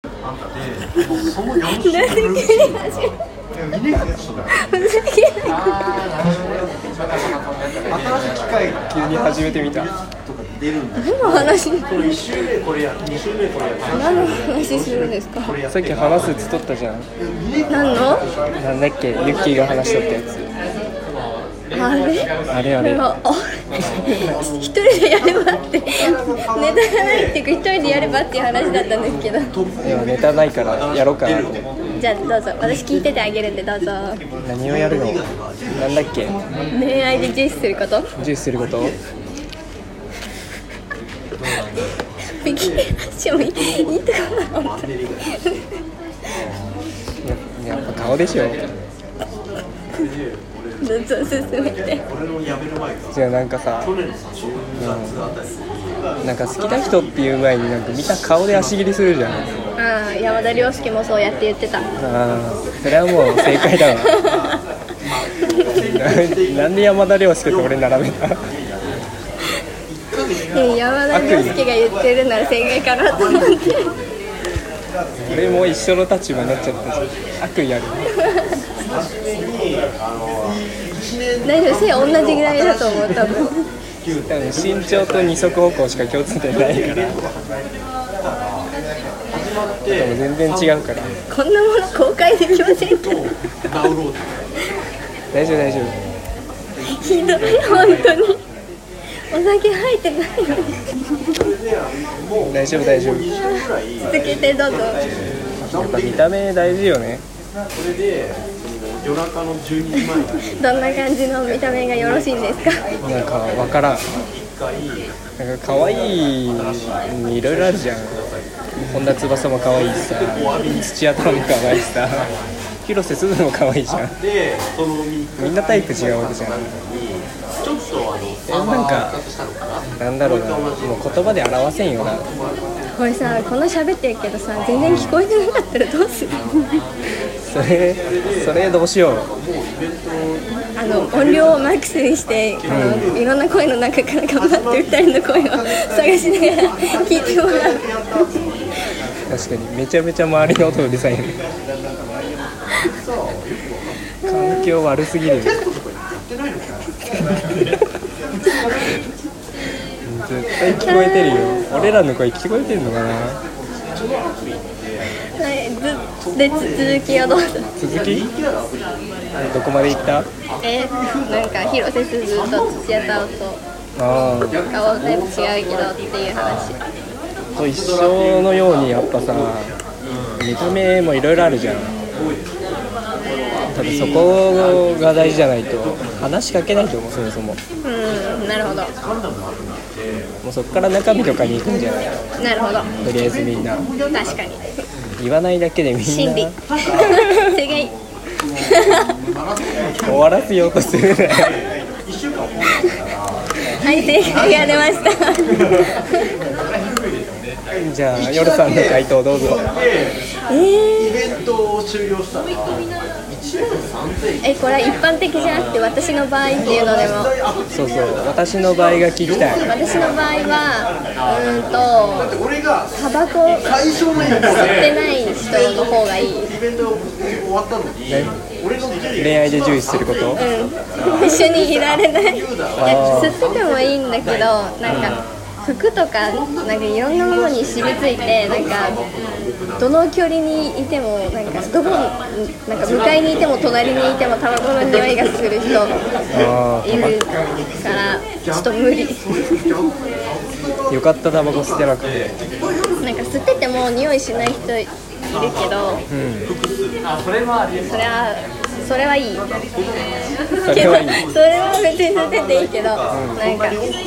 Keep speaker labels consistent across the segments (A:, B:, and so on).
A: あってもうその4週分苦しい2年生とかだよ新しい機械が
B: 急に始めてみた
A: とか出るんだよ
C: 何の話
A: これ1週目これや2週目これや
C: 何の話するんですか
A: これやっ
B: さってき話すっつっとったじゃん
C: 何の
B: なんだっけユッキーが話しとったやつ
C: あれ
B: あれあ
C: あれ
B: れ
C: はあ一人でやればってネタがないっていうか一人でやればっていう話だったんですけど
B: でもネタないからやろうかなと思って
C: じゃあどうぞ私聞いててあげるんでどうぞ
B: 何をやるのなんだっけ
C: 恋愛で重視すること
B: ジュースすること
C: 右足もいいとこなの
B: ややっぱ顔でしょ
C: どうぞ進めて
A: 俺の辞める前か
B: じゃあなんかさ
A: 去年の10月あたり
B: なんか好きな人っていう前になんか見た顔で足切りするじゃん
C: ああ山田涼介もそうやって言ってた
B: あーそれはもう正解だ わ ななんで山田涼介と俺並べた
C: ね山田涼介が言ってるなら正解かなと思って
B: 俺も一緒の立場になっちゃったし悪意ある
C: 大丈夫背同じぐらいだと思う多分
B: 多分身長と二足歩行しか共通点ないからでも全然違うから
C: こんなもの公開できませんけど
A: ダウンロード
B: 大丈夫大丈夫
C: ひどい本当にお酒入ってないのに
B: 大丈夫大丈夫や
C: 続けてどうぞ
B: っぱ見た目大事よね
A: それで夜中の12時前に
C: どんな感じの見た目がよろしいんですか
B: なんかわからんなんか可愛いにいろいろあるじゃん本田翼も可愛いしさ土屋太鳳も可愛いしさ広瀬すずも可愛いじゃん
A: でその3日
B: みんなタイプ違うわけじゃん
A: ちょっとあの
B: えなんかなんだろうなもう言葉で表せんよな
C: これさこの喋ってるけどさ全然聞こえてなかったらどうする
B: それそれどうしよう
C: あの音量をマックスにして、あのいろんな声の中から頑張って二人の声を探しながら聞いてもらう
B: 確かにめちゃめちゃ周りの音うるさいよね環境悪すぎるよ絶対聞こえてるよ俺らの声聞こえてるのかな
C: はいずでつ続きをどうぞ
B: 続きどこまで行ったあ
C: えなんか広瀬すずと土屋太鳳と
B: あ
C: 顔全部違うけどっていう話
B: と一緒のようにやっぱさ見た目もいろいろあるじゃん多分そこが大事じゃないと話しかけないと思うそもそも
C: うんなるほど
B: もうそこから中身とかに行くんじゃない
C: なるほど
B: とりあえずみんな
C: 確かに
B: 言わないだけでみんな
C: 心理正解
B: 終わらせようとするね
C: はい正解が出ました
B: じゃあ夜さんの回答どうぞ
A: イベントを終了したら1万3000円
C: えこれは一般的じゃなくて私の場合っていうのでも
B: そうそう私の場合が聞きたい
C: 私の場合はうーんと
A: 俺が
C: タバコ吸っ
A: 最初のイベント
C: て
A: で
C: ない人の方がいいうん
A: イベント終わったのに俺の
B: 恋愛で重視すること
C: 一緒にいられないいや吸っててもいいんだけどなんか服とかなんかいろんなものに染みついてなんかどの距離にいてもなんかどこになんか向かいにいても隣にいてもタバコの匂いがする人
B: あ
C: いるからちょっと無理。
B: あよかったタバコ吸ってなくて
C: なんか吸ってても匂いしない人いるけど、それはそれはいい
B: そ
C: け
B: れ
C: ど
B: はいい
C: それは別に吸ってていいけど、なんか
A: 大きに出して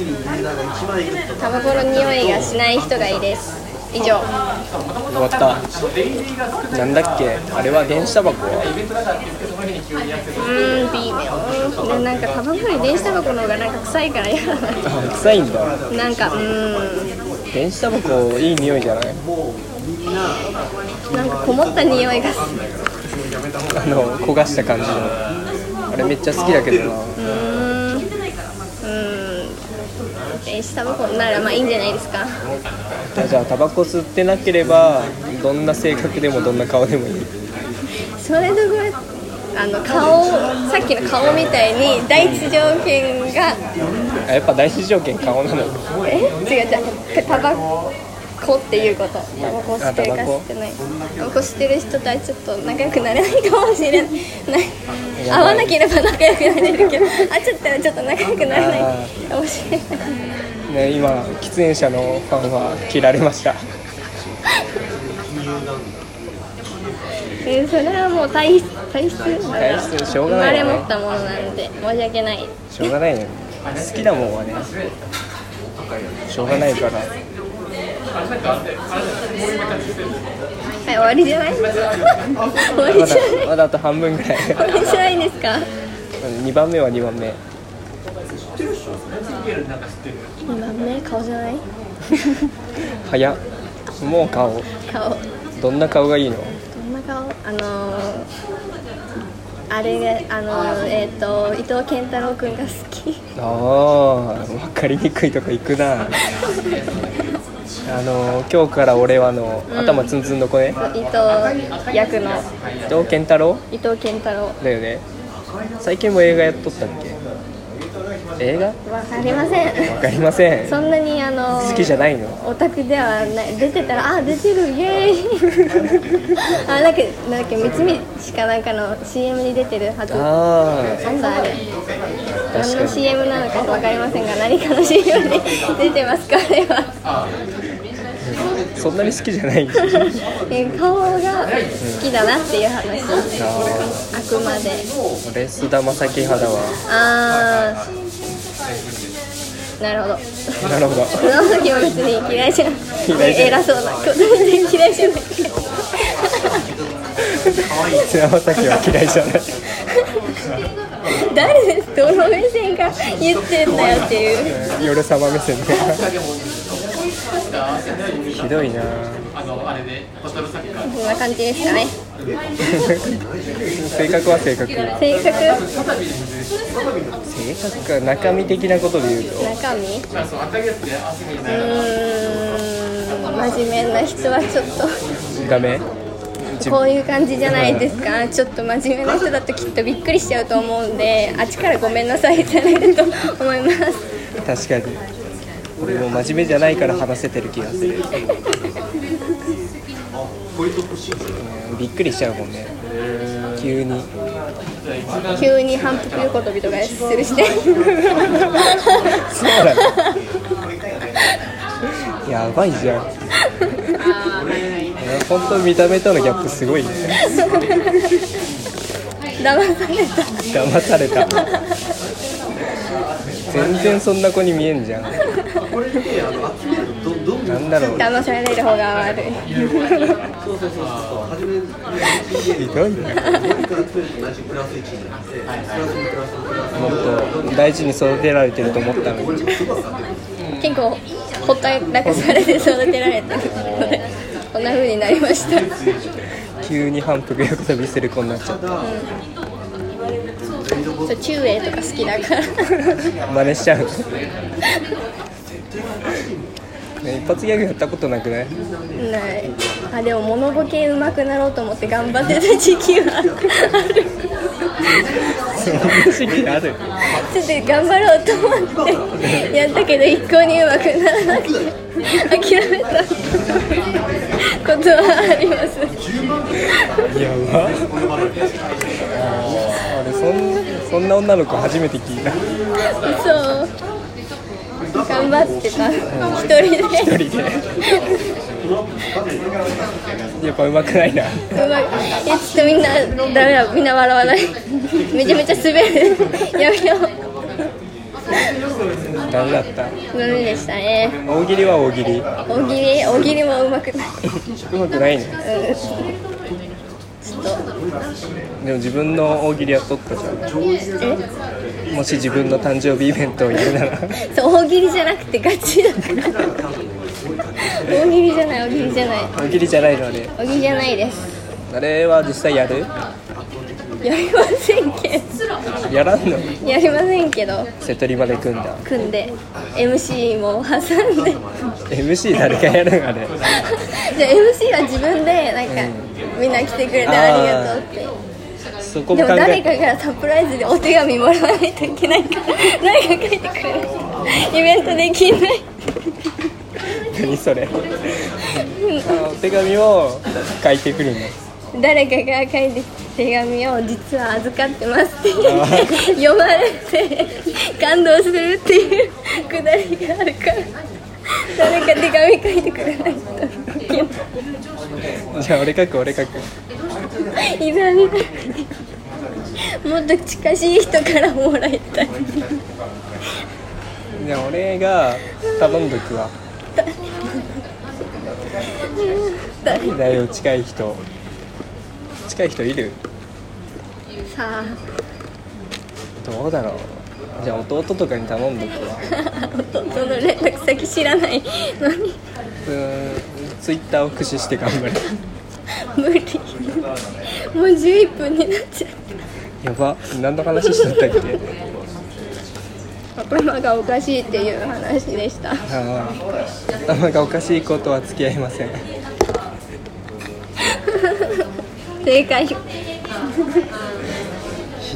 A: 一気にみんなが1万円いくと
C: タバコの匂いがしない人がいいです以上
B: 終わったなんだっけあれは電子タバコは
C: うーん微妙でなんかタバコより電子タバコの方がなんか臭いから嫌だな
B: あ臭いんだ
C: なんかうー
B: 電子タバコいい匂いじゃない
C: んなんかこもった匂いがする
B: あの焦がした感じのあれめっちゃ好きだけどな
C: うーんうーん電子タバコならまあいいんじゃないですか
B: じゃあタバコ吸ってなければどんな性格でもどんな顔でもいい
C: それとこれあの顔さっきの顔みたいに第一条件が
B: あやっぱ第一条件顔なの
C: え違う違うタバコっていうことタバコ吸ってるか吸ってないタバコ吸ってる人とはちょっと仲良くなれないかもしれない会わなければ仲良くなれ るけど会っちゃったらちょっと仲良くなれないかもしれない
B: ね今喫煙者のファンは切られました
C: えそれはもう体質体質
B: 体質しょう
C: 生ま
B: がない
C: れ
B: よ
C: 持っ
B: ね
C: たものなんで申し訳ない
B: しょうがないよね好きなもんはねしょうがないから
C: はい終わりじゃない終わり
B: ま
C: じ
B: だ
C: ゃない
B: まだあと半分ぐらい
C: 終わりじゃないですか
B: 2番目は2番目
C: 2番目顔じゃない
B: 早っもう顔
C: 顔
B: どんな顔がいいの
C: どんな顔あのー、あれがあのー、えっ、と伊藤健太郎くんが好 き
B: あー分かりにくいとこ行くなあの今日から俺はあの、頭ツンツンの子ね
C: 伊藤役の
B: 伊藤健太郎
C: 伊藤健太郎
B: だよね最近も映画やっとったっけ映画
C: わかりません
B: わかりません
C: そんなにあのー、
B: 好きじゃないの
C: オタクではない出てたらあ出てるイエーイ あなんかなんか三菱かなんかの CM に出てるはずあ
B: あ
C: とあれ
B: あ
C: 何の
B: 確かに
C: CM なのかわかりませんが何かの CM に出てますから今
B: そんなに好きじゃない
C: え顔が好きだなっていう話
B: あ
C: あくまで
B: ー俺須田将暉派だわ
C: あーなるほど
B: なるほど
C: その時は別に嫌いじゃない偉そうな全然嫌いじゃない
B: 須田将暉は嫌いじゃない
C: 誰ですどの目線が言ってんだよっていう
B: 夜様目線でひどいな
C: そんな感じでしたね
B: 性格は性格
C: 性格
B: 性格か中身的なことで言うと
C: 中身うーん真面目な人はちょっ
B: ダメ
C: とこういう感じじゃないですかちょっと真面目な人だときっとびっくりしちゃうと思うんであっちからごめんなさいいただけると思います
B: 確かに俺も真面目じゃないから話せてる気がするうんびっくりしちゃうもんね急に
C: 急に反復横跳びとかするして
B: そうだねやばいじゃん本当見た目とのギャップすごいね
C: 騙された
B: 騙された全然そんな子に見えんじゃんなんだろう
C: 騙される方が悪い
B: ひどいねもっと大事に育てられてると思ったのに
C: 結構ほったらかされて育てられてるのでこんな風になりました
B: 急に反復横跳びする子になっちゃった
C: そう中英とか好きだから
B: 真似しちゃうね一発ギャグやったことなくない
C: ないあでも物ボケ上手くなろうと思って頑張ってた時期はある
B: そんな時期ある
C: ちょっと頑張ろうと思ってやったけど一向に上手くならなくて諦めたことはあります
B: やばあー俺そんそんな女の子初めて聞いた
C: そう頑張ってた一人で
B: 一人でやっぱ上手くないな
C: うまいえちょっとみんなダメだみんな笑わないめちゃめちゃ滑るやめよう
B: ダメだった
C: ダメでしたね
B: 大喜利は大喜利
C: 大喜利大喜利もうまくない、
B: 上手くないね
C: うん、ちょっと
B: でも自分の大喜利やっとったじゃんもし自分の誕生日イベントをやるなら
C: そう大喜利じゃなくてガチだから大喜利じゃない大喜利じゃない
B: 大喜利じゃないので
C: 大喜利じゃないです
B: あれは実際やる
C: やりませんけ
B: やらんの
C: どやりませんけど
B: 瀬戸りまで組んだ
C: 組んで MC も挟んで
B: MC 誰かやるんあれ
C: じゃあ MC は自分でなんか、みんな来てくれてありがとうって
B: そこ
C: で
B: も
C: も
B: 考
C: 誰
B: え
C: かからサプライズでお手紙もらわないといけないから誰か書いてくれないイベントできない
B: 何それあお手紙を書いてくるんだ
C: 誰かが書いてきた手紙を実は預かってますって言って読まれて感動するっていうくだりがあるから誰か手紙書いてくれないといけな
B: じゃあ俺書く俺書く
C: いいらないもっと近しい人からもらいたい
B: じゃあ俺が頼んどくわ
C: 誰
B: だよ近い人近い人いる
C: さあ
B: どうだろうじゃあ弟とかに頼んどくわ
C: 弟の連絡先知らないのに
B: うーんツイッターを駆使して頑張る
C: 無理もう11分になっちゃっ
B: やば何の話してたっけ
C: た頭がおかしいっていう話でした
B: ああ頭がおかしいことは付き合いません
C: 正解
B: ひ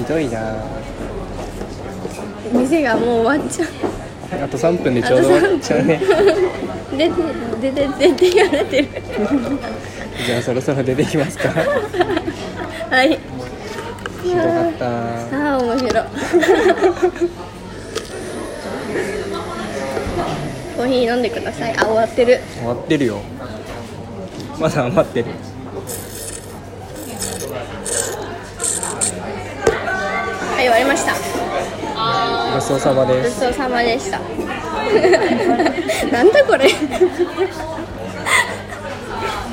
B: どいな
C: 店がもう終わっちゃう
B: あと3分でちょうど終わっちゃう ね
C: 出て出て出てやれてる
B: じゃあそろそろ出てきますか
C: はい
B: ひどかった
C: ああ面白いコーヒー飲んでくださいあ終わってる
B: 終わってるよまだ余ってる
C: はい終わりました
B: ごちそうさまで
C: ご
B: す
C: ちそうさまでしたなんだこれ